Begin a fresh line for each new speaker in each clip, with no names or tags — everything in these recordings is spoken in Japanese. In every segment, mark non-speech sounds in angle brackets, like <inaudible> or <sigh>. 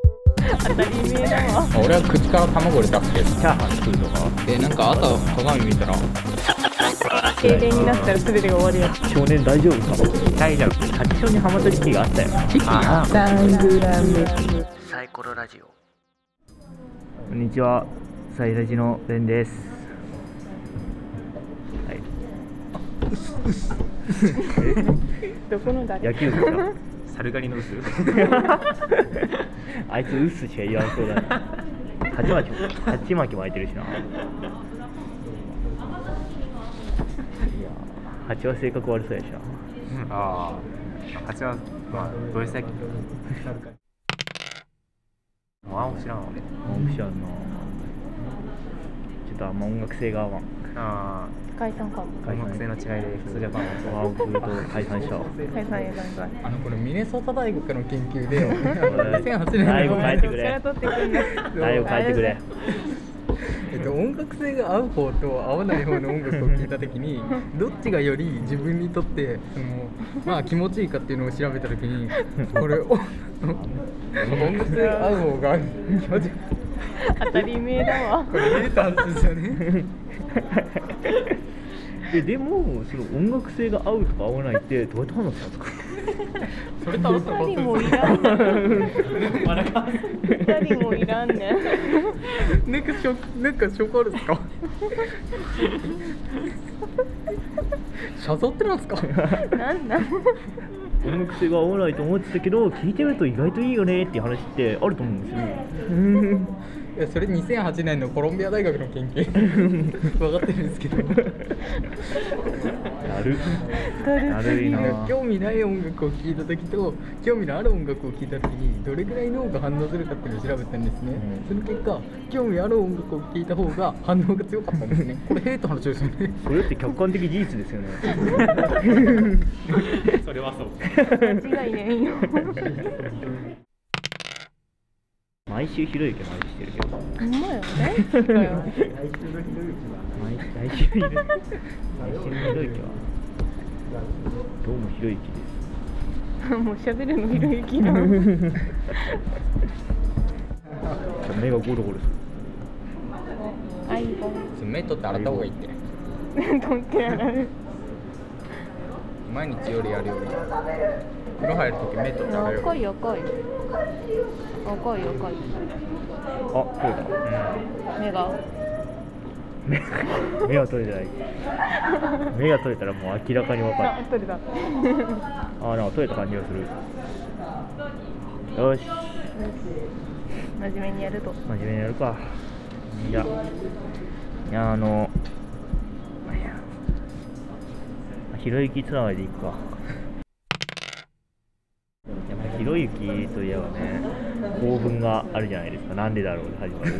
当たり前だわ
俺は口から卵入れたくてチャーハン作るとかでなんか朝鏡見たら
停電になったら全てが終わるやつ
少年大丈夫か
大丈夫
多少にハマった時期があったよ
ああ
サイコロラジオこんにちはサイラジのベンですはい
どこの誰
野球部だ
猿狩りの薄
あいつウスしか言わんそうだな鉢巻きも鉢巻き巻いてるしないやー蜂は性格悪そうやしな
ああ蜂はまあどうしたっけもうあんま知らん俺
オプションのちょっとあんま音楽性が合わん
あ
解散かも
あ音楽性の違いで普通ジャパン
ワンオクと解散したわ
解散や解散
あのこれミネソタ大学の研究 <laughs> で
2008年の
大
大
学
学変えてく
そ
れ
れ取ってくんだ
ライブ変えてくれ
えっと、音楽性が合う方と合わない方の音楽を聞いた時にどっちがより自分にとってその、まあ、気持ちいいかっていうのを調べた時にこれお音楽性が合う方が気持ちいい
当たり前だわ
これ入れたんですよね
えでもその音楽性が合うとか合わないってどうやって話すの
それ楽しかった
二人
で
もい
す
らんねん二人もいらんねん
<laughs> なんかしょなんか証拠あるんですか <laughs> 謝罪ってなんですか
なんなん
音楽性が合わないと思ってたけど聞いてみると意外といいよねっていう話ってあると思うんですよね
いやそれ2008年のコロンビア大学の研究 <laughs> 分かってるんですけど
なるだるいな
興味ない音楽を聴いた時と興味のある音楽を聴いた時にどれぐらい脳が反応するかっていうのを調べたんですね、その結果興味ある音楽を聴いた方が反応が強かったんですね <laughs> これヘイトの話ですよね
それって客観的事実ですよね
それはそう
間違いねんよ
毎週ひろゆきの話してるけど
ほんまよ大好きだよ
毎来週ひろゆき来週のひろゆきはどうもひろゆきです
もう喋るのひろゆきなの
目がゴロゴロする
アイボン
目取って洗った方がいいって
取ってやられる
毎日よりやるより風呂入る時目取って洗う
い
よ
赤い赤い赤い
あそう
目が
だ目が取れてない目が取れたらもう明らかに分かる
あ取れた
ああなんか取れた感じがするよし
真面目にやると
真面目にやるかいやいやあのいやひろゆきつながりでいくかいやまあひろゆきといえばね興奮があるじゃないですかなんでだろうで始まる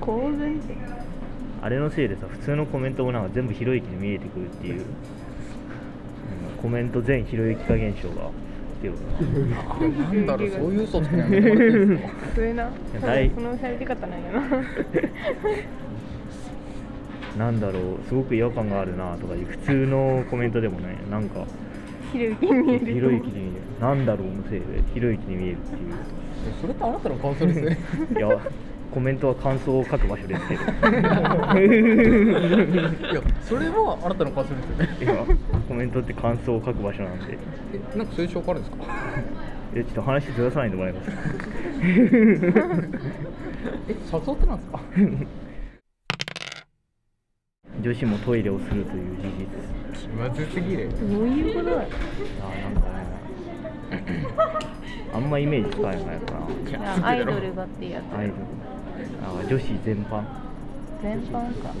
興奮って
あれのせいでさ普通のコメントもなんか全部ひろゆきに見えてくるって
<laughs>
いう、うんコメント全ひろゆき化現象が来てるから
なんだろうそういう嘘つくのやめてもらっていいですか
それな
や
そ
大
れその喋り方なんやな <laughs>
なんだろうすごく違和感があるなとかいう普通のコメントでもねなんか
ひろゆきに見えると
ひろゆきに見えるなんだろうのせいでひろゆきに見えるっていう
それってあなたの感想ですね <laughs>
いや、コメントは感想を書く場所ですけど。い
いやそれはあなたの感想ですよね
や、コメントって感想を書く場所なんで。
えなんかそういう証拠あるんですか
え、ちょっと話ずらさないでもらえますか。
え謝罪ってなんですか
女子もトイレをするという事実。
気まずすぎる
どういうことだ
あー、なんかね。あんまイメージつかないからな。
いや
アイドルがってや
アイドル。あー、女子全般。
つ全般か
なんかね。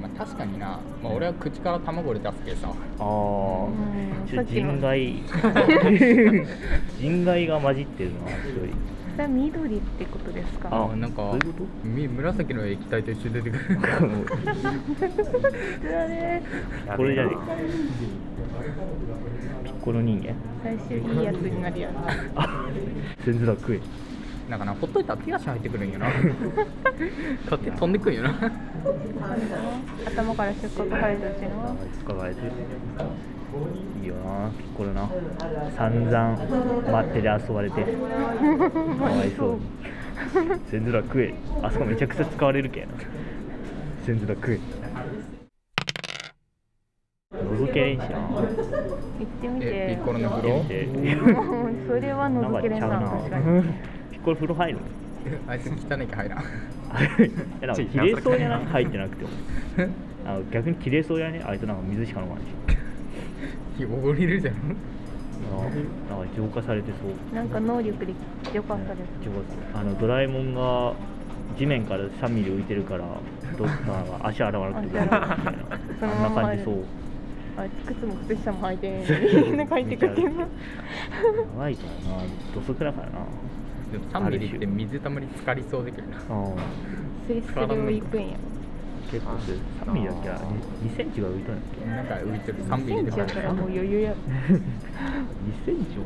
まあ、確かにな、まあ、俺は口から卵入れ出すけどさ
ああ
うん。
ちょっと人外。人外が混じってるな、一人。
それは緑ってことですか
あ
あなんか
そういうこと
み紫の液体と一緒に出てく <laughs> る
だね
これじゃねえピッコロ人間
最終いいやつになるやん
あせんずら食え
だからほっといたらピアス入ってくるんよな勝手に飛んでくんよな
頭から出骨生えてほしいな
つかがえていいよなピッコロな散々待ってで遊ばれてかわいそうにせんずら食えあそこめちゃくちゃ使われるけんなせんずら食え覗けれんしな
行ってみ
え
て
ピ
<laughs>
ッコロの風
見
呂
て
もうそれは
なん
覗
か
け
ち
れん
ゃ
な
うな
確かに
ピッコロ風呂入るの
あいつ汚いけ入らん
あれえなんか綺麗そうじゃない入ってなくてもあ逆に綺麗そうじゃねあいつなんか水しか飲まないし
汚れるじゃん
ななんか浄化されてそう
なんか能力で良かったです
ちょあのドラえもんが地面から3ミリ浮いてるからどっかが足洗わなくてもいいみたいな
そのま
あん
んま
な感じそう
あいつ靴も靴下も履いて <laughs> ねなんか入ってくっていうの
やばいからな土足だからな
でも3ミリって水たまり浸かりそうだけどな
うん
スリスリを行くんや
結構する3ミリだっけあれ2センチが浮いたんだっけ
なんか浮いてる3
2
ミ
セ
リ
ン
で
チや
入
った
る
らもう余裕や
2センチも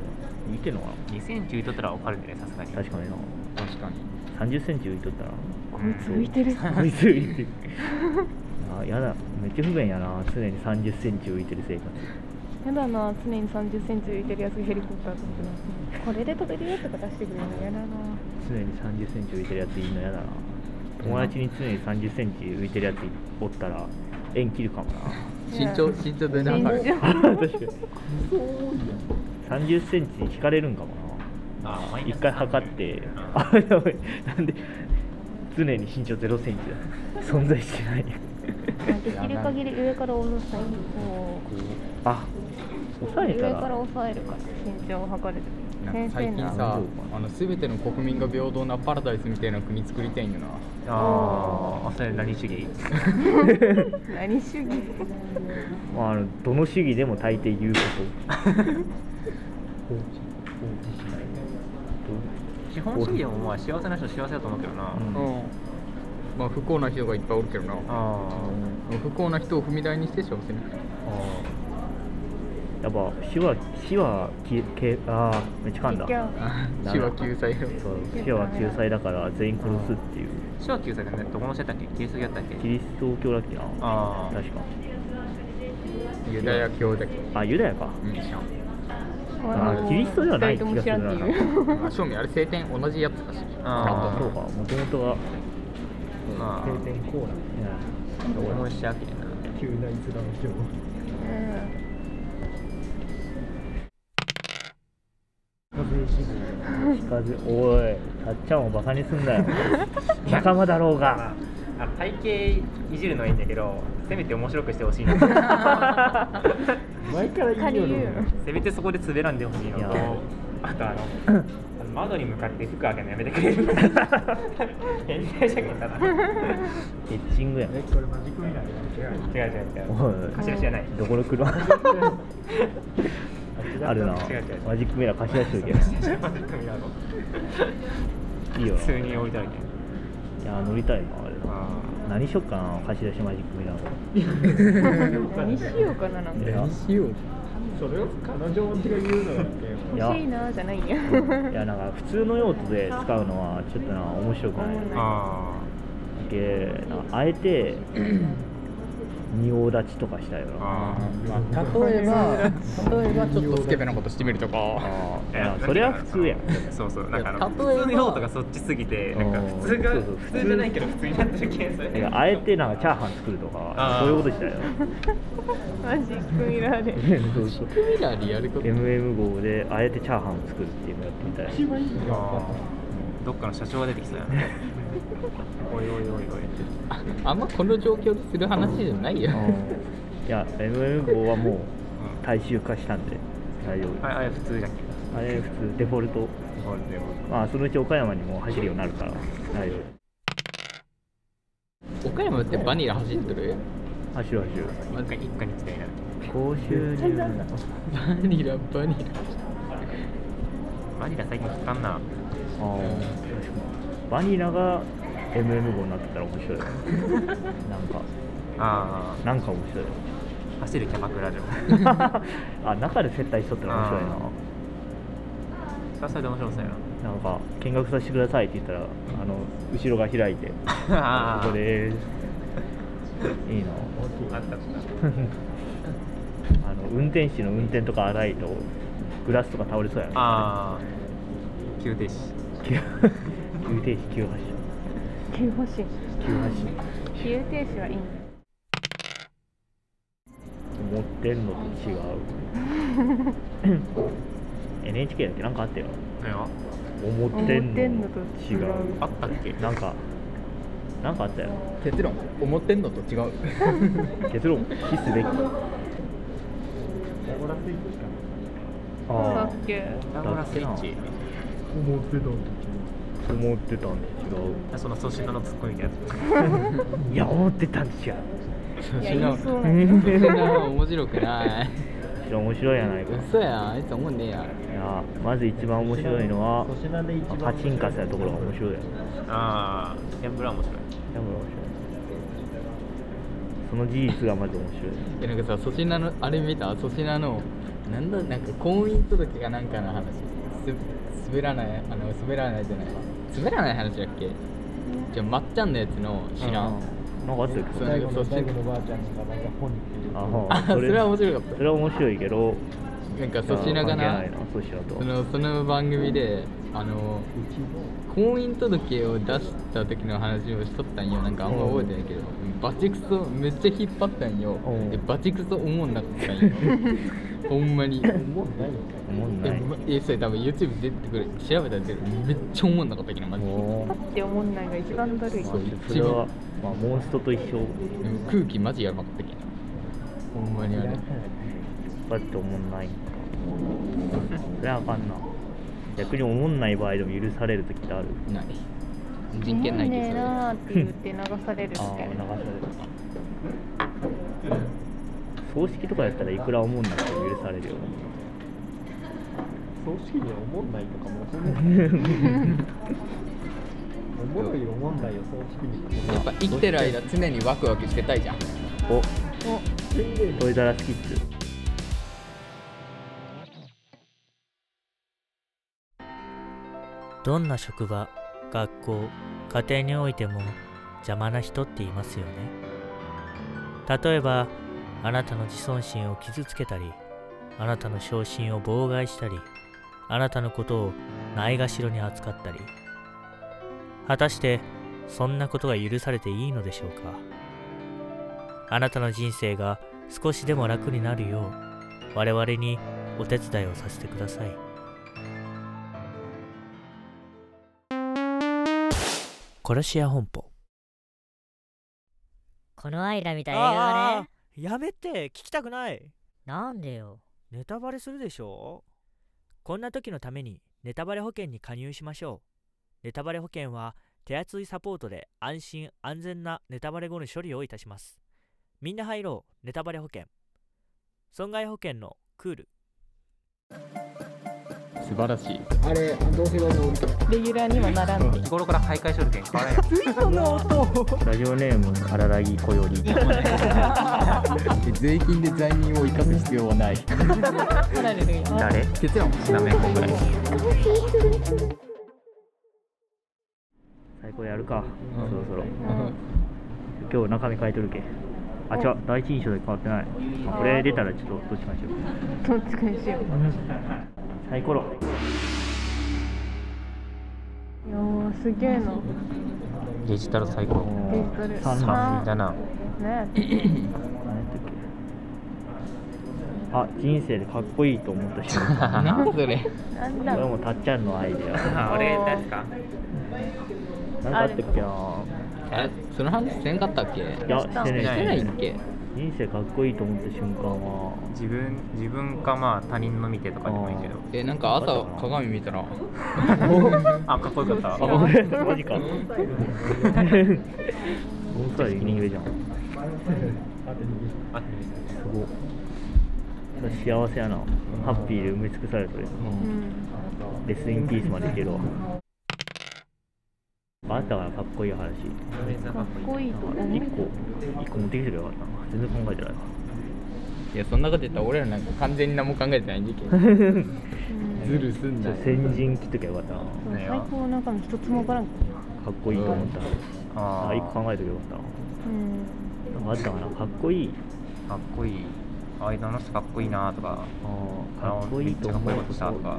浮いてんのか
2センチ浮いとったら分かるんだよねさすがに
な確かにな
確かに
30センチ浮いとったら
こいつ浮いてる
こいつ浮いてるあやだめっちゃ不便やな常に30センチ浮いてる生活
やだな常に3 0センチ浮いてるやつヘリコプター飛んでますこれで飛べるよとか出してくれるのやだな
常に3 0センチ浮いてるやついいのやだな友達に常に3 0センチ浮いてるやつおったら縁切るかも
<laughs>
な
身長身長でなんか
身長
確かに3 0センチ引かれるんかもな
あマイナ
一
ス
回測ってあ <laughs> やばいなんで常に身長0センチだ存在してない
できる限り上から下ろしたいも
あ抑
う
えた
上から
ら
抑えるから身長を測れる
な
先
んか最
生
近
の
さあの全ての国民が平等なパラダイスみたいな国作りたいんよな
ああそれ何主義
何主義
まああのどの主義でも大抵言うこと
<laughs>
放置放置しない
基本主義でもまあ幸せな人は幸せだと思うけどな、
うん
まあ不幸な人がいっぱいおるけどな
あ
不幸な人を踏み台にして幸せ
<laughs>
に
やっぱ死は死はきけあーめっちゃ噛んだ
結局
死は救済よ
そう死は救済だから全員殺すっていう
あ手話9歳だねどこの人だったっけキリスト教やったっけ
キリスト教だっけな
あ
確か
ユダヤ教だけど
あユダヤか
うん
あキリストではない気がするな
二人とも知らんっていう
まあ正味あれ聖典同じやつだし
あ
あ
ー
そうかもともとが
あー
典コーラ
どこも一緒やけんな
旧大イスラム教近づおいたっちゃんをバカにすん <laughs> なよ仲間だろうが
あ体型いじるのはいいんだけどせめて面白くしてほしいな
前から
言うよな仮言う
せめてそこで滑らんでほしいの
いや
とあとあのあの窓に向かって服開けるのやめてくれる変態じゃけんだな違
エッチングやんおい
違う違う違う貸し出しじゃない
どこの
<laughs>
車あるな
違う違う違う
マジックミラー貸し出しといていいよ
普通に置いてあるけん
いや乗りたいなあれ
あ
何しよっかな貸し出しマジックミラーの
何しようかななんか
いや
何しよう
欲しいなじゃないんや
いやなんか普通の用途で使うのはちょっとな面白くない
思んない
あ
けなんかあえて仁王立ちとかしたいよな
あ
まあ例えば例えばちょっとスケベなことしてみるとか
あー
ー
いやそれは普通やん
そうそうなんかあの
いや例えば
普通の用途がそっちすぎてなんか普通が
そうそう
普通じゃないけど普通になってる気がする
いやあえてなんかチャーハン作るとか
あー
そういうことしたいよ
マジックミラーで
そうそう
ミラーでやること
MM 号であえてチャーハンを作るっていうのやってみたい
あーどっかの社長が出てきそうやねおいおいおいおい
ああんまこの状況でする話じゃないよ
うんいや MM 号はもう大衆化したんで大丈夫
ああれ普通じゃんけ
あれ普通デフォルト
ほんでも
まあそのうち岡山にも走るようになるから大丈夫
岡山ってバニラ走ってる
走る走る
一回一回に伝えな
公衆住宅
バニラバニ
マリラ最近使んな
あー確かにバニラが MM 号になってたら面白いよ <laughs> なんか
あ
なんか面白いよ <laughs>
あ走るキャバクラでも
あ中で接待しとったら面白いな
それはそれで面白そうやな
なんか見学させてくださいって言ったらあの後ろが開いて「こ
<laughs> あ
こです」いいな <laughs>
あったあった
あの運転手の運転とか荒いとグラスとか倒れそうやな
ああ急停止
急急停止急発
急発進
車急発進
急停止はいいんだよ
持ってんのと違う <laughs> NHK だっけなんかあったよ
何や
思っ
思
てんの
ってんのと
違
違う
う
あったっけ
なんかなんかあったよ
結論思ってんのと違う
結論キスべきああ <laughs>
急
ダブラスイッチ
思ってたんと違う思ってたんと違
あその粗品のツッコミのやつ
ういや思ってたんと違う
粗
いや
品
言いそうな
<laughs> うん
粗品は面白くない
面白いやないか
嘘やんあいつ思んねえやん
いやまず一番面白いのはパチンカスやところが面白いやろ
ああ天ぷら面白い
でも面白いその事実がまず面白い
いやなんかさ粗品のあれ見た粗品のなんだなんか婚姻届かなんかの話す滑らないあの滑らないじゃない滑らない話だっけじゃあまっちゃんのやつの知らん、
なんかあったっ
そ
け
うなんか粗品
あ
あそれは面白かっ
それは面白いけど
たなんか粗品が
関係
な
ないな粗品と
そのその番組であの婚姻届を出した時の話をしとったんよなんかあんま覚えてないけどバチクソめっちゃ引っ張ったんよ
うん
でバチクソ思んなかったんよ <laughs> ほんまに
思ん
え
ない
まえそれ多分 YouTube 出てくる調べたら出るめっちゃ思んなかったけどマジで
もう
パッて思んないが一番だるい
そう
それは、まあ、モンストと一緒
でも空気マジやばかったけどほんまにあれ
だって思んないんかそれはあかんな逆に思んない場合でも許される時ってある
ない人権ない
思んね
け
え
ど
なーって言って流されるみ
あ
たい
あ流さ
な
れる葬式とかやったらいくら思んなくても許されるよ
葬式には思んないとかも思んない。おもろいおもんないよ、葬式に。
やっぱ生きてる間常にワクワクしてたいじゃん
おトイザラスキッズ
どんな職場、学校、家庭においても邪魔な人っていますよね。例えば、あなたの自尊心を傷つけたり、あなたの昇進を妨害したり、あなたのことをないがしろに扱ったり。果たして、そんなことが許されていいのでしょうかあなたの人生が少しでも楽になるよう、我々にお手伝いをさせてください。殺し屋本舗。
このアイラみたいな映
あ
画ね
ーやめて聞きたくない
なんでよ
ネタバレするでしょこんな時のためにネタバレ保険に加入しましょうネタバレ保険は手厚いサポートで安心安全なネタバレ後の処理をいたしますみんな入ろうネタバレ保険損害保険のクール
素晴らしい
あれ、どうせだね、俺と。
レギュラーにはならんって
日頃から徘徊しとるけん変わらんや
ラジオネーム荒らぎこより
税金で罪人を生かす必要はない
怒られるよ
誰
結論
んなめんこぐらい
最高やるか、
うん
そろそろ
うん
今日中身変えとるけあ違う第一印象で変わってない、まあこれ出たらちょっとどっちかにしよう
どっちかにしよう
サイコロ
いやーすげえな
デジタル最高
デジタル
三
三
だな
ね
何やったっけあ人生でかっこいいと思った
<laughs>
瞬間
なんそれ
なん
こ
だ
れ
ろう
もたっちゃんのアイデア
ああれ何ですか
何かあったっけな
えその話せんかったっけ
いやして
して
な
ないいっけ
人生かっこいいと思った瞬間
<laughs>
は
自分自分かまあ他人の見てとかでもいいけど
えなんか朝鏡見たら
あかっこよかった
あ俺マジか4歳で人間じゃん
あ
すごい幸せやなハッピーで埋め尽くされてる
うん
レスインピースまでいけるわあったからかっこいい話
めっちゃ
か
か
っ
っこいい
こいいと思う
1個1個持ってきてるよかったな全然考えてないわ
いやそんなこと言ったら俺らなんか完全に何も考えてないんだけど <laughs>
うん
ズルすん
ち
な
ょ
よ
っと先人切っときゃよかったなか
最高の中身一つもわからんかった
っこいいと思った、
あ
あ
あ
一個考えときゃよかっ
うん
たななんかあったかなかっこいい
かっこいいあいつあの人かっこいいなとか
あーかっこいいと
あの
思
め
う
っちゃかっこよかった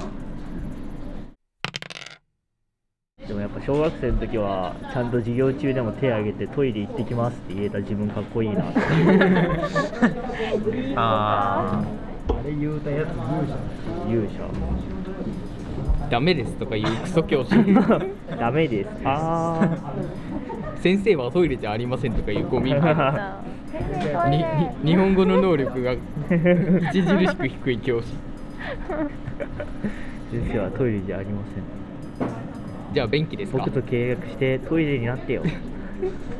とか
でもやっぱ小学生の時はちゃんと授業中でも手挙げてトイレ行ってきますって言えた自分かっこいいなって
あ
あれ言うたやつ勇者
勇
ダメですとかいうクソ教 <laughs> 師
者ダメですあ
先生はトイレじゃありませんとかいうゴミ
さ
にに日本語の能力が著しく低い教師
先生はトイレじゃありません
じゃあ便器ですか
僕と契約してトイレになってよ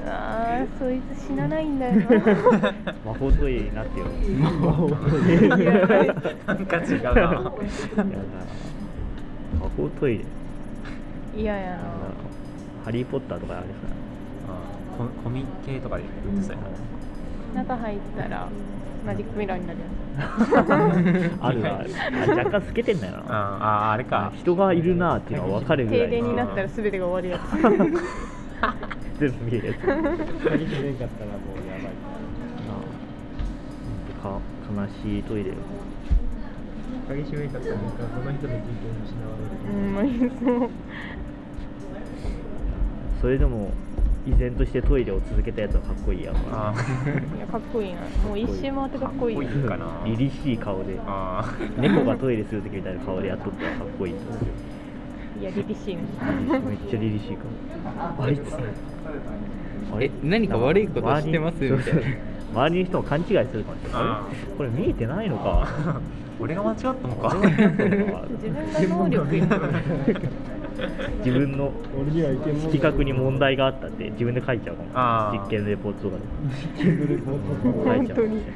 ああーそいつ死なないんだよ
<laughs> 魔法トイレになってよ
ないや
あなんか違うな
やだな魔法トイレ
嫌や
あ
な
のハリー・ポッターとかあれですかね
うんココミ系とかでやってたよな
中入ったらマジックミラーになるや
あるなあ若干透けてんだよな
あーあーあれか
人がいるなっていうのは分かる
つ
ぐら
停
い
電になったら全てが終わるやつ
全部見えるやつな
見てなかったらもうやばい
あか悲しいトイレ
鍵閉めたと思ったらその人の人権を失われ
<laughs>
る
うんまあいいそう
それでも依然としてトイレを続けたやつはかっこいいやん
あ
いやかっこいいなもう一周回ってかっこいい
かっこいい
うん
かな
凛々しい顔で
ーあ
猫がトイレする時みたいな顔でやっとったらかっこいいと思う
いや凛々しいね
めっちゃ凛々しい顔あいつあ
え何か悪いことしてます
周りに
みたいな
そうそう周りの人も勘違いするかもしれないあ
あ
れこれ見えてないの
<laughs>
か
ー俺が間違ったのか
俺が見えてないのか
自分が能力い
自分の
俺には意見も
比較に問題があったって自分で書いちゃうかも
あー
実験のレポートとか
ケーブルボート
<laughs> で書い
本
ちゃう
当
かも
に
しれない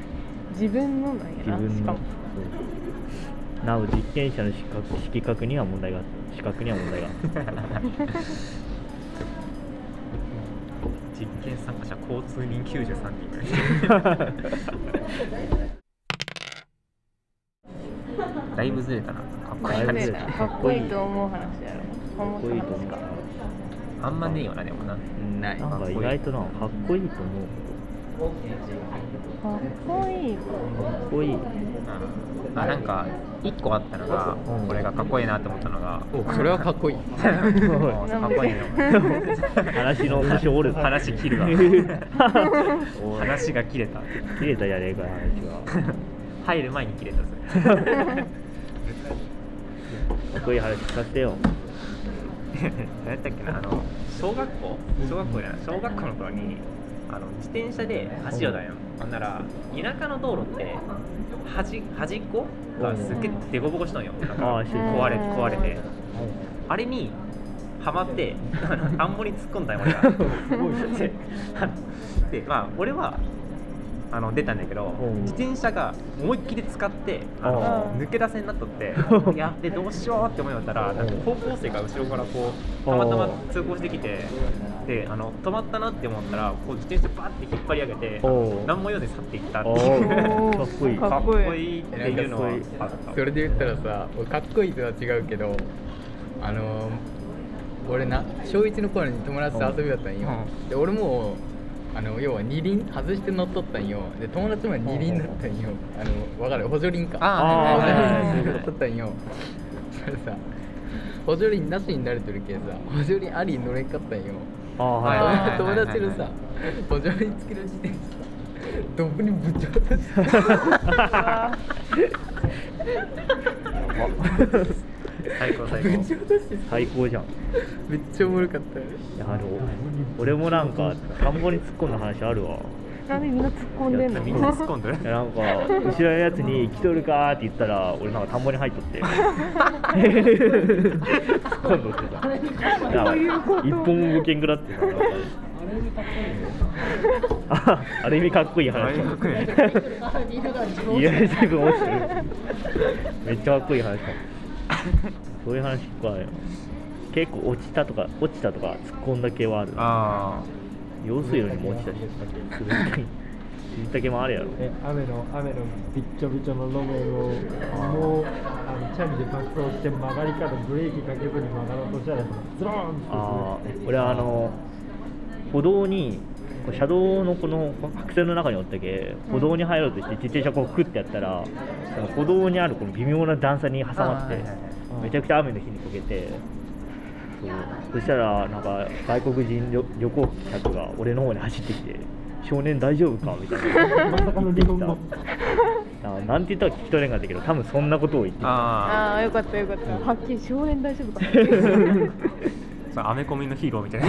自分のなんや
自
なし
分
か
の
も
そうなお実験者の視覚色覚には問題があった視覚には問題があった
実験参加者交通人93人 <laughs> ぐらいだいぶずれたなかっこいい
だいぶずれた
かっこいいと思う話やろ
かっこいい
思っ
と
た
思
話
う
か
あんまねえよなでもな
ない
なんか意外となかっこいいと思う
かっこいい
かっこいい
うんあなんか一個あったのが、
うん
これがかっこいいなと思ったのが、
おそれはかっこいい
あかっこいい
話の腰折る
の話切るわ
おい
話が切れた
切れたじゃねえか話は
入る前に切れたそれ
かっこいい話聞かせてよ
何やったっけなあの小学校小学校じゃない小学校の頃にあの自転車で走るだよほんなら田舎の道路って端端っこがすっげえ凸凹したんよなんか
あーし
壊れ
うん
壊れてあれにはまってあの田んぼに突っ込んだよ俺 <laughs> がであの <laughs> でまあ俺はあの出たんだけど
うん
自転車が思いっきり使ってあの
あ
ー
抜け出せになっとってやべどうしようって思いよったらなんか高校生が後ろからこうたまたま通行してきてであの止まったなって思ったらこう自転車バッて引っ張り上げて
おう
何も言わずに去っていったって
お
いう
うかっこいい
か
か
っ
っ
こ
こ
いい
いいっていうのはあった
それで言ったらさ俺かっこいいとは違うけどあのー俺な小1の頃に友達と遊びだったんよ、で俺もあの要は二輪外して乗っとったんよで友達も二輪だったんよあの分かる補助輪か
あ
ー
補助
はいはい
輪
はい
乗っとったんよ <laughs> それさ補助輪なしに慣れてるけんさ補助輪ありに乗れんかったんよ
ああはいはい
はい
友達のさ補助輪付きの自転車どぶにぶっちゃった <laughs> したぶっちゃったして
最高 <laughs> 最高
さ
最高じゃん
めっちゃおもろかったよ
いやあの俺もなんか田んぼに突っ込んだ話あるわ
なんでみんな突っ込んでんの
みんな突っ込んでる
いやなんか後ろのやつに「来とるか?」って言ったら俺なんか田んぼに入っとって突っ込んどってさなんか一本も動けんぐらってさなんかあある意味かっこいい話
あれかっこいい
いや自分落ちてるめっちゃかっこいい話だそういう話聞くわよ結構落ちたとか落ちたとか突っ込んだ系はある
あ
用水路にも落ちたし水たけもあるやろ
え雨の雨のびっちょびちょの路面をもうあののチャリで爆走して曲がり角ブレーキかけずに曲がろうとしたらズローンって
ああ俺はあの歩道にこう車道のこの白線の中におったけ歩道に入ろうとして自転車こうクッてやったらその歩道にあるこの微妙な段差に挟まって
あーはいはい
はい
めちゃくちゃ雨の日にこけてそうそしたらなんか外国人旅旅行客が俺の方に走ってきて「少年大丈夫か?」みたいな
まさかのリボンも
あーなんて言ったら聞き取れなかったけど多分そんなことを言ってきた
あ
ああ、よかったよかった。はっきり少年大丈夫かな。
あ、そうアメコミのヒーローみたいな。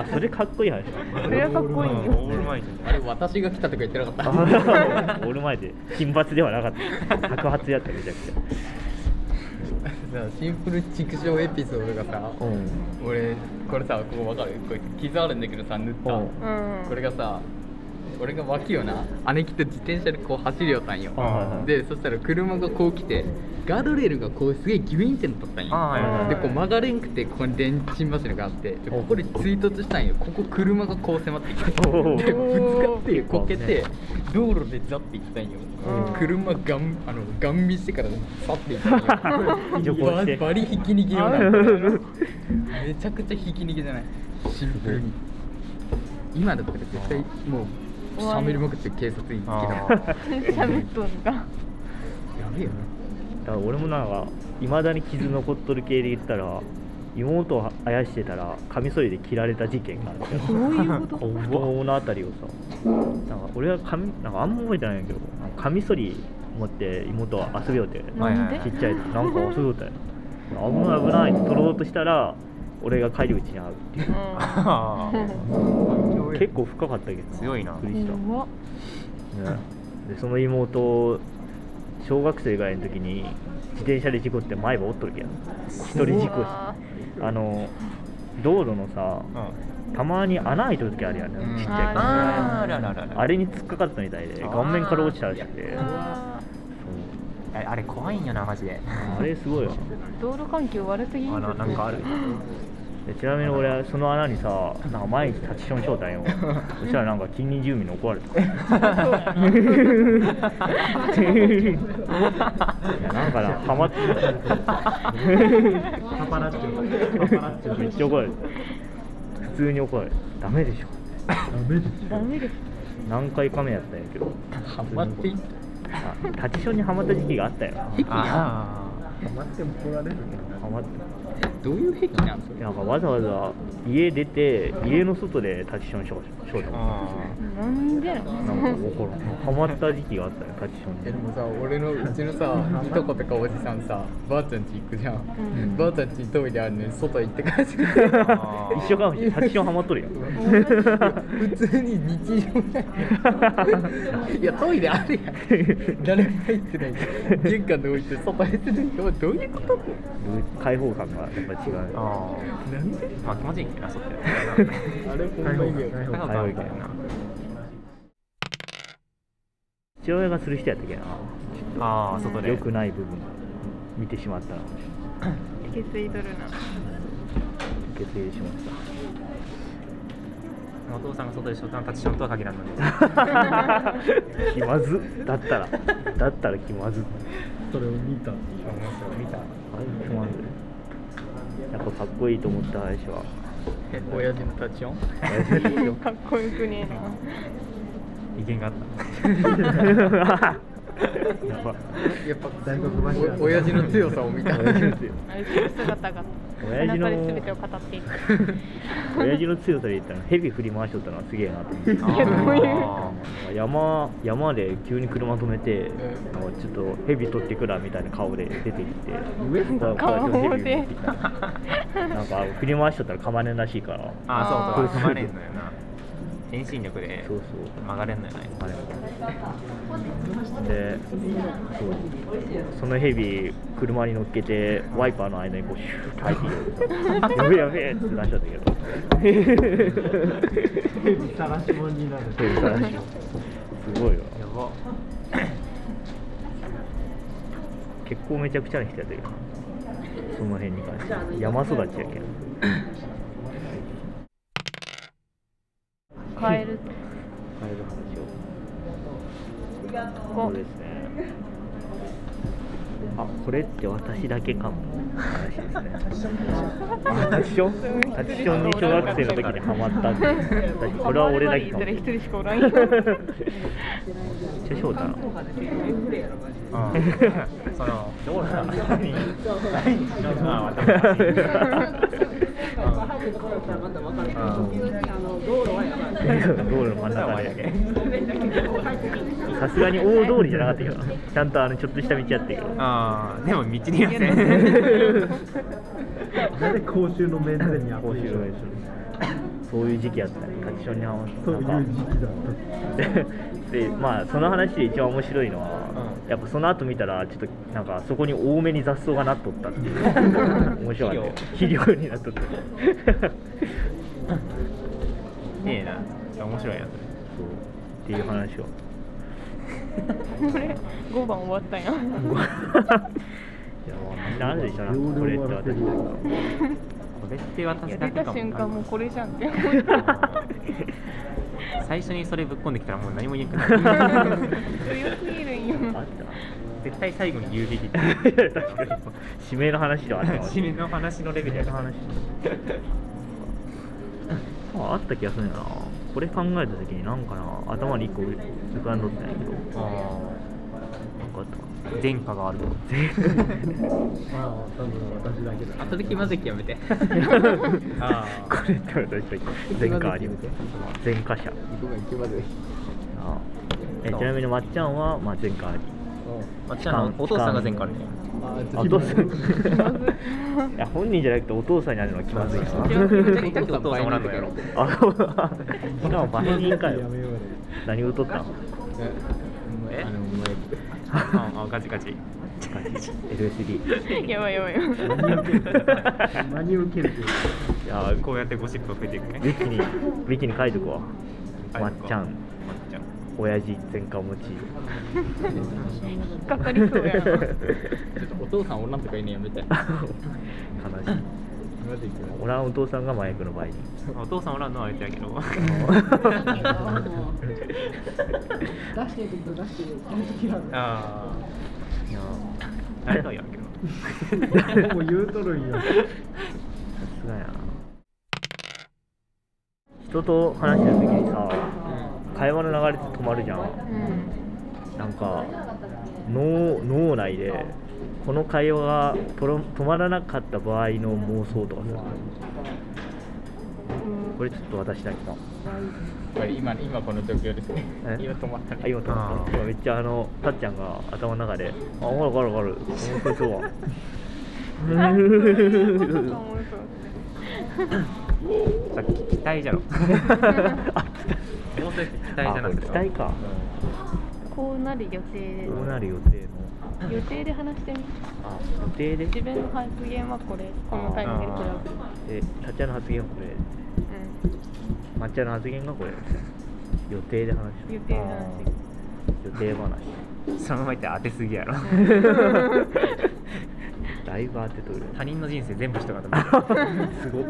あそれかっこいい話
<laughs>
だ
それはかっこいい
オ
よ。
ールマイティー
あれ私が来たとか言ってなかった
オールマイティー金髪ではなかった白髪やっためちゃくち
さシンプル畜生エピソードがさ
ゃうん
俺これさここ分かるこれ傷あるんだけどさ塗った、
う
う
ん
ん。
これがさ俺が脇をな姉貴と自転車でこう走りよったんよ、
はいはいはい
でそしたら車がこう来てガードレールがこうすげえギュインってなっとったんよ
あーはいはいはい
でこう曲がれんくてここに電信柱があってでここで追突したんよここ車がこう迫ってきて
おー
でぶつかってこけて道路でザッて行ったんよ、
うん
車ガンあのガン見してからサッて行ったんよ
<laughs> 徐行して
ババリ引き逃げような
<laughs>
めちゃくちゃ引き逃げじゃないシンプルに今だったら絶対もうしゃべりまくって警察に行ってきたわ
喋っとんか。
やべえよ
だから俺もなんかいまだに傷残っとる系で言ったら妹をあやしてたらカミソリで切られた事件があるんだよ
どういうこと
太もものあたりをさなんか俺は髪なんかあんま覚えてないんだけどなんかカミソリ持って妹は遊びようってち
なんで
はいはい
っちゃい時なんか遊びよったよ危ない危ないって取ろうとしたら俺が帰り口に会うっていう
あ
結構深かったけどな
強いな
びっ
う
くりした、
ん。怖っ
ね、でその妹小学生ぐらいの時に自転車で事故って前歯折っとるけど一人事故し
あ
あの道路のさ
あ。うん。
たまに穴開いてる時あるやんね、
うん
ちっちゃい
あ
子
ー
あらららら
あれに突っかかったみたいで
あー
顔面から落ちたらしくて
あ
そう
あれあれ怖いんよなマジで
あれすごいわ
道路環境悪すぎ
あのなんかある
でちなみに俺はその穴にさなんか毎日立ちションしようたん
<laughs>
よそしたらなんか近隣住民に怒られたいやなんかなハマって
パパラッチョパパラッチョ
めっちゃ怒られる普通に怒られるダメでしょ
ダメです
ダメです。
何回か目やったんやけど
ハマっていった
あ立ちションにハマった時期があったよな
あ
待っても怒られるけど
ハマっ
どういう癖なんそれ
てなんかわざわざ家出て家の外で立ちションしようしようと
ー
思っ
あ
なんでなん
たなんか怒るハマった時期があったよ立ちション
えで
に
もさ俺のうちのさいとことかおじさんさばあちゃん家行くじゃん、
ん
ばあちゃん家トイレあるのに外行って帰ってくる <laughs>
ーあー
一緒かもしれない立ちションハマっとるやん
普通に日常だよいやトイレあるやん誰も入ってない玄関で置いて外入ってないお前どういうこと
開放感がやっぱ違う
あ
なんで
ーまあ気持ちいいけどなそって
あれほんま意味わかんない
高かったみたいな
父親がする人やったっけな
ああ外で
良くない部分見てしまったの
血液取るな。
受け継いでしまった
お父さんが外でショットンタッチションとは限らんのに
気まずっだったらだったら気まずっ
それを見た
見
あ
た
れ気まずいやっぱかっこいいと思った最初は
親父の立ちション
親父ですよ
かっこよくねえな。
意見があっ
や
やば
っぱ
大黒柱
お親父の強さを見 <laughs> た
親父の強
あれする姿が。
親
背
父の
中で全てを語っていく。
親父の強さで言ったら蛇振り回しとったのはすげえなと思って
たあ
やどういう
ー
山山で急に車止めて、
ん
なんかちょっと蛇取ってくらみたいな顔で出てきて上
顔で
<laughs>
なんか振り回しとったらかまねんらしいから
あーそうそ
あ
う
ー
踏まれんのよな遠心力で
そう
曲がれんのよない
そうあれでそうその蛇車に乗っけてワイパーの間にこうシュー
<laughs>
ッて入ってきてやべえやべえってなっちゃったけど
ヘビ探し物になる
蛇探しすごいわ
やば
結構めちゃくちゃな人やったけどその辺に関しては山育ちやけど
カエル。
帰る話を
こ
そうですねあこれって私だけかも話ですね私ょ私ょに小学生の時にハマったんで私これは俺だけかも
一人しかおらんよ。
ちょ翔太
あーそのどうなんだろう何何まあ私
道路の真ん中でさすがに大通りじゃなかったけどなちゃんとあのちょっとした道あったけど
あーでも道に <laughs> いません
なぜ公衆の面前にア
公衆の面前そういう時期あったね立ちションにハマった
そういう
なんか
時期だっ
ででまあその話で一番面白いのは、やっぱその後見たらちょっとなんかそこに多めに雑草がなっとったっていう面白かった肥料になっとったそう
いいな面白いな
っていう話を
これ5番終わったんや
いやもうなんでしょうなこれって私だか
いや出た
ら
これって私だけかも
瞬間もうこれじゃんって思
<laughs> 最初にそれぶっこんできたらもう何も言えなくなる
強すぎるんよ
あっ
絶対最後に言うべき
たいや確かに指名の話ではあったかもし
<laughs> 死
<laughs> れない
ぬの話のレベルやから
ああった気がするんだよなこれ考えた時になんかな頭に一個浮かんどってないけどなんかあったかな
前科があると
たまあ多分私だけだ
後で気まずいきやめて
あ
これって確かに前科あり前科者
ごめん気まずい
ああえちなみにまっちゃんは、まあ、前科あり
あちゃんお父さんが前科あるね
あお父さんいや本人じゃなくてお父さんになるのは気まずいな <laughs>
めちゃくちゃお父さんおらんのやろ
あ <laughs> しかもバレ人かよ
やめようよ
何を取ったの
え
あのお前
ああガチガチ
LSD
やばいやばい
真に受けるけど
いやー
こうやってゴシップが増えていくね
ウィキにウィキに書いとくわまっちゃ
ま
ん
っちゃん
親父前科持ち
引っかかりそうやな
ちょっとお父さんおらんとかいいねやめて
悲しい
まずいけど
おらんお父さんが麻薬の場合に
お父さんおらんのはあいつやけどああいや誰かやんけ
<laughs>
ど
もう言うとるんよ
さすがやな人と話してる時にさ会話の流れって止まるじゃん
うん
なんか脳脳内でこの会話がとろ止まらなかった場合の妄想とかするこれちょっと私だけかも
これ今今この状況ですね
え
今止まったね
あ今止まった今めっちゃあのたっちゃんが頭の中で「あほらほらほら面白そうわ」
さっき期待 <laughs> じゃろ
あ期待
もうそれ期待じゃなくて
期待か
こうなる予定
こうなる予定の
予定で話してみ
あ予定で
自分の発言はこれこの回に出るけど
でたっちゃんの発言はこれ抹茶の発言がこれ予定で話
うん予定で話して
予定話
そのまま言って当てすぎや <laughs> ろ
だいぶ当てとるよ
他人の人生全部人がと思っ
<laughs>
てる
すごっ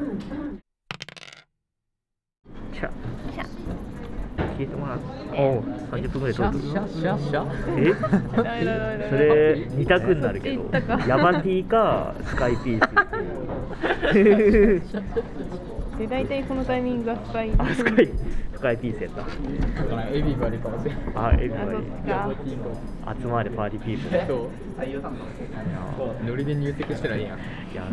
シャ
シャ
消えてもらうおう30分ぐらい
シ
撮
ャ
る
ッシャッシャッシャッ
え
ダメだダメだ
それ二択になるけ
そ
ど
っち行ったか
ヤバティかスカイピースっていう
で大体このタイミングが深い
あスカイスカイピースやっ
だからエビバリかもしれない
たあエビバ
あそっちか
リ集まれパーティーピーポー
そうノリで入籍したらいいやん
いやあ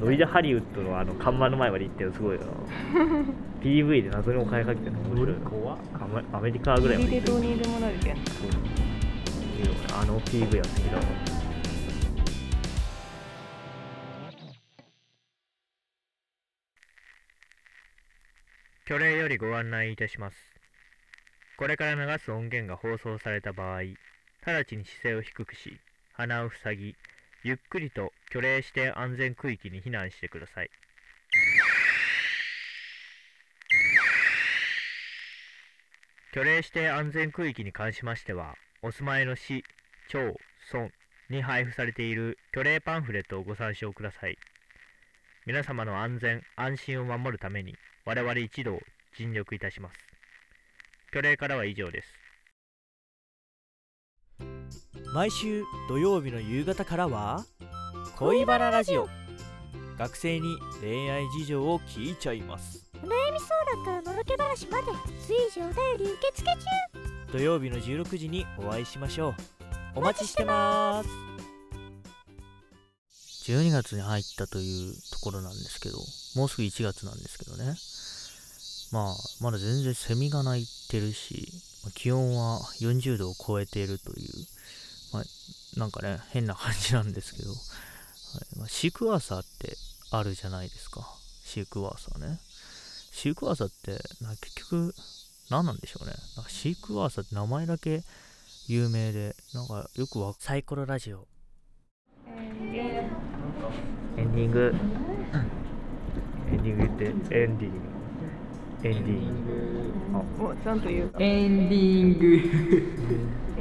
のノリでハリウッドのあの看板の前まで行ってるのすごいよな PV で謎にお金かけてるの面白いよなアメアメリカぐらいま
指で
で行って
どう
る
にでもなるじゃん
いいよなあの PV は好きだわ虚礼よりご案内いたしますこれから流す音源が放送された場合直ちに姿勢を低くし鼻を塞ぎゆっくりと虚礼指定安全区域に避難してください虚礼指定安全区域に関しましてはお住まいの市、町、村に配布されている虚礼パンフレットをご参照ください皆様の安全安心を守るために我々一同尽力いたします虚礼からは以上です
毎週土曜日の夕方からは恋バナラジオ学生に恋愛事情を聞いちゃいます
お悩み相談からのろけ話まで随時お便り受付中
土曜日の16時にお会いしましょうお待ちしてます12月に入ったというところなんですけどもうすぐ1月なんですけどねまあまだ全然セミが鳴いてるしまあ気温は40度を超えているというまあなんかね変な感じなんですけど、はいまあシークワーサーってあるじゃないですかシークワーサーねシークワーサーってなんか結局何なんでしょうねなんかシークワーサーって名前だけ有名でなんかよくわ
サイコロラジオ
エンディングエンディング言ってエンディングエンディング
おちゃんと言う
エンディング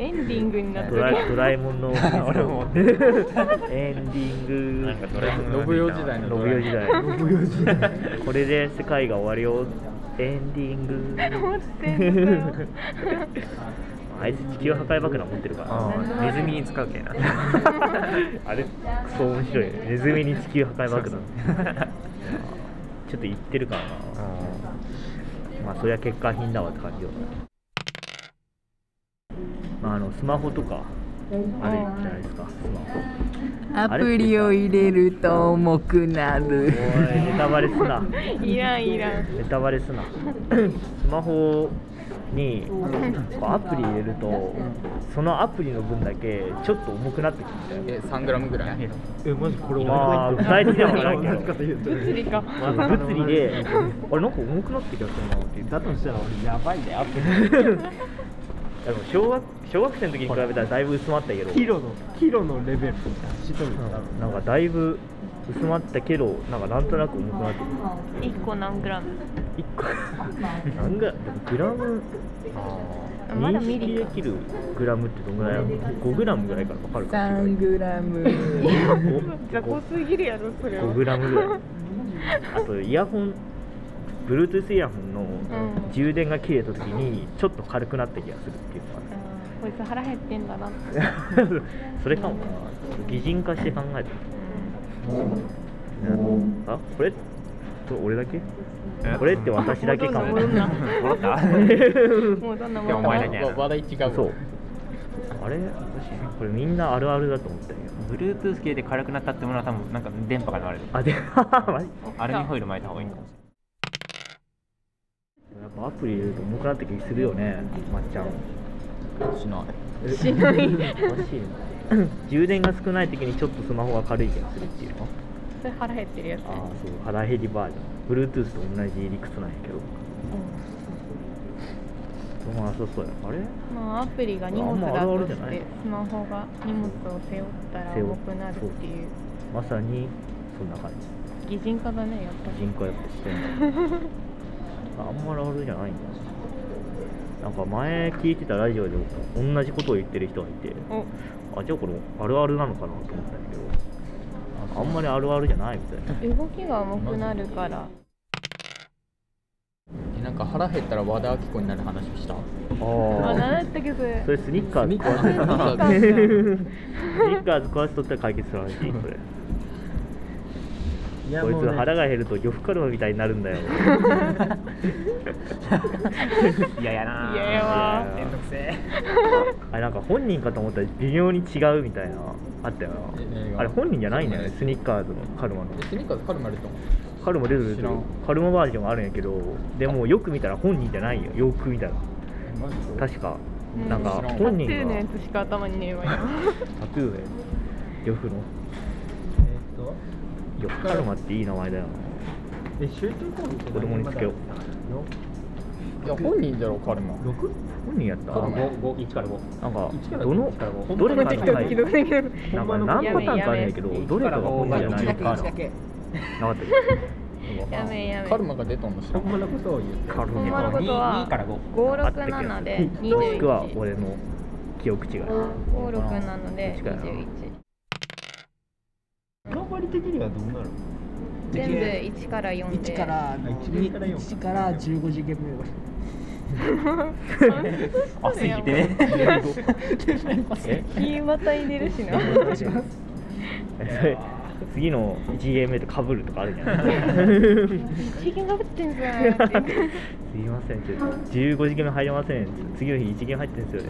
エンディングになって
ド
る
<laughs>
ラドラえもんの俺も <laughs> エンディング
なんかドラえもん
信代時代の
信代時代これで世界が終わるよエンディング
持ってんのかよ
あいつ地球破壊爆弾持ってるから
ああネズミに使うけなあ
あれクソ面白いねネズミに地球破壊爆弾ちょっと言ってるからなまあそりゃ結果品だわって感じよ、まあ、あのスマホとかあれじゃないですかスマホアプリを入れると重くなるおいネタバレすない
ら <laughs> んいらん
ネタバレすなスマホにこうアプリ入れるとそのアプリの分だけちょっと重くなってくるんだよね
え3グラムぐらい
えマジこれ
まあ具体的ではないけ
同じ
ど
こと言うと
釣りか
まあ物理であれなんか重くなってきたよなって言って
だとしたら俺やばいねアプ
でも小学小学生の時に比べたらだいぶ薄まったけど
リキロのキロのレベルしとる
うんなんかだいぶ薄まったけどなんかなんとなく重くなってくる
一個何グラム
一個なんかグラムあー
まだ
認
ミ
識
リ
で
か
きるグラムってどんぐらいなの ?5 グラムぐらいから分かるか3グ
雑魚すぎるやろそれは
5グラムぐらいあとイヤホン Bluetooth イヤホンの
ん
充電が切れた時にちょっと軽くなった気がするっていうのがある
こいつ腹減ってんだなって
<laughs> それかもなちょっと擬人化して考えたあこれこれ俺だけこれって私だけかも
戻んな戻んなもうどんなもん
お前だ
な
け
わ話題違うわ
そうあれ私これみんなあるあるだと思ったよ
Bluetooth 系で軽くなったってものは多分なんか電波が流れる
あで <laughs> マジ
アルミホイル巻いた方がいいのかもし
やっぱアプリ入れると重くなった気するよねまっちゃん
しない
えしない充電が少ない時にちょっとスマホが軽い気がするっていうの
それ腹減ってるやつ
ああそう腹減りバージョン Bluetooth と同じ理屈なんやけどそうなさそうやあれ
まあアプリが荷物
あんまあ
だ
るある
と
じゃ
し
ない
てスマホが荷物を背負ったら
背負う
重くなるっていう
まさにそんな感じ
擬人化だねやっぱり
人工やっぱしてんだあんまりあるじゃないんだなんか前聞いてたラジオで同じことを言ってる人がいて
お
あじゃあこれあるあるなのかなと思ったんだけどああんまりあるあるじゃないみたいな
動きが重くなるから
えなんか腹減ったら和田アキ子になる話をした
あ
あ
習ったけど
あそれスニッカーズ壊
スニッカーズ
すスニッカーズ壊しとったら解決する話これ
いや
こい
もう
つ
ね
腹が減ると呂布カルマみたいになるんだよ
れない嫌やなぁ
いややわ
いや
めんどくせえ
あれなんか本人かと思ったら微妙に違うみたいなあったよ
え何
な
が
あれ本人じゃないんだよねスニッカーズのカルマの
えスニッカーズカルマルと
カルマ出てる
知らん
カルマバージョンあるんやけどでもよく見たら本人じゃないよよく見たら
マジで
確か
うん
なんか
知らん
タト
本
ゥ
人
ーの
が
やつしか頭にねえわよ
タトゥーで呂布の
えっと
呂布カルマっていい名前だよ
え集中講義って
子供につけよう
いや本人だろカルマ
六
本人やった
カルマ
な
一から五
んか
一から
どの
一から五
どれか
本
の
番の
回
ドキドキドキ
なんか何パターンかあるんやけどどれかが本人じゃないのかなかったっけ
やめやめ
カルマが出たの知らん
本物のことを言って
カル
ほんま
マ
のことは567で21
もしくは俺の記憶違い
567で21
頑張り的にはどうなる
全部1から4で
1から
あ一面から四
1から15次元目
汗引いてね。
え
<laughs> 気またいでるしな。 <laughs>
それ次の1ゲーム目とかぶるとかあるじゃない
経験がぶってんじゃんって。
すいませんちょっと15時ゲーム入れません次の日1ゲーム入ってんですよね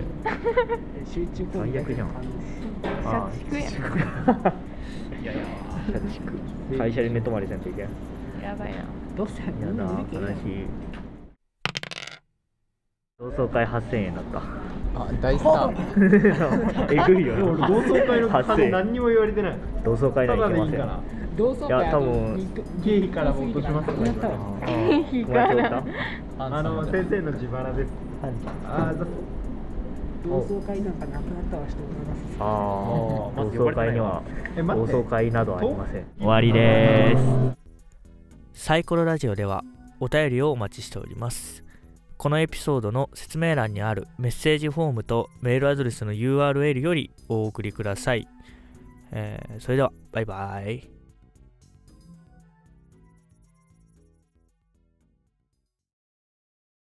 集中攻撃
最悪じゃん
社畜や
いやいや。
社畜会社で寝泊まりせんといけんや
やばいな。
どうせや
だ悲しい同窓会8000円だっ
<laughs>
あ大スター
たえぐいよ
でも
な
俺同窓会の
8000
金
円
何にも言われてない
同窓会
た
なんか
だ
行
でいい
けません
から
同窓
いや
会
多分
経費からも落としますとか言われた
い
から
あの先生の自腹ですああ
同窓会なんかなくなったわしておりますああ同窓会には
え
同
待って
窓会などありません
終わりですサイコロラジオではお便りをお待ちしておりますこのエピソードの説明欄にあるメッセージフォームとメールアドレスの URL よりお送りください、えーそれではバイバイ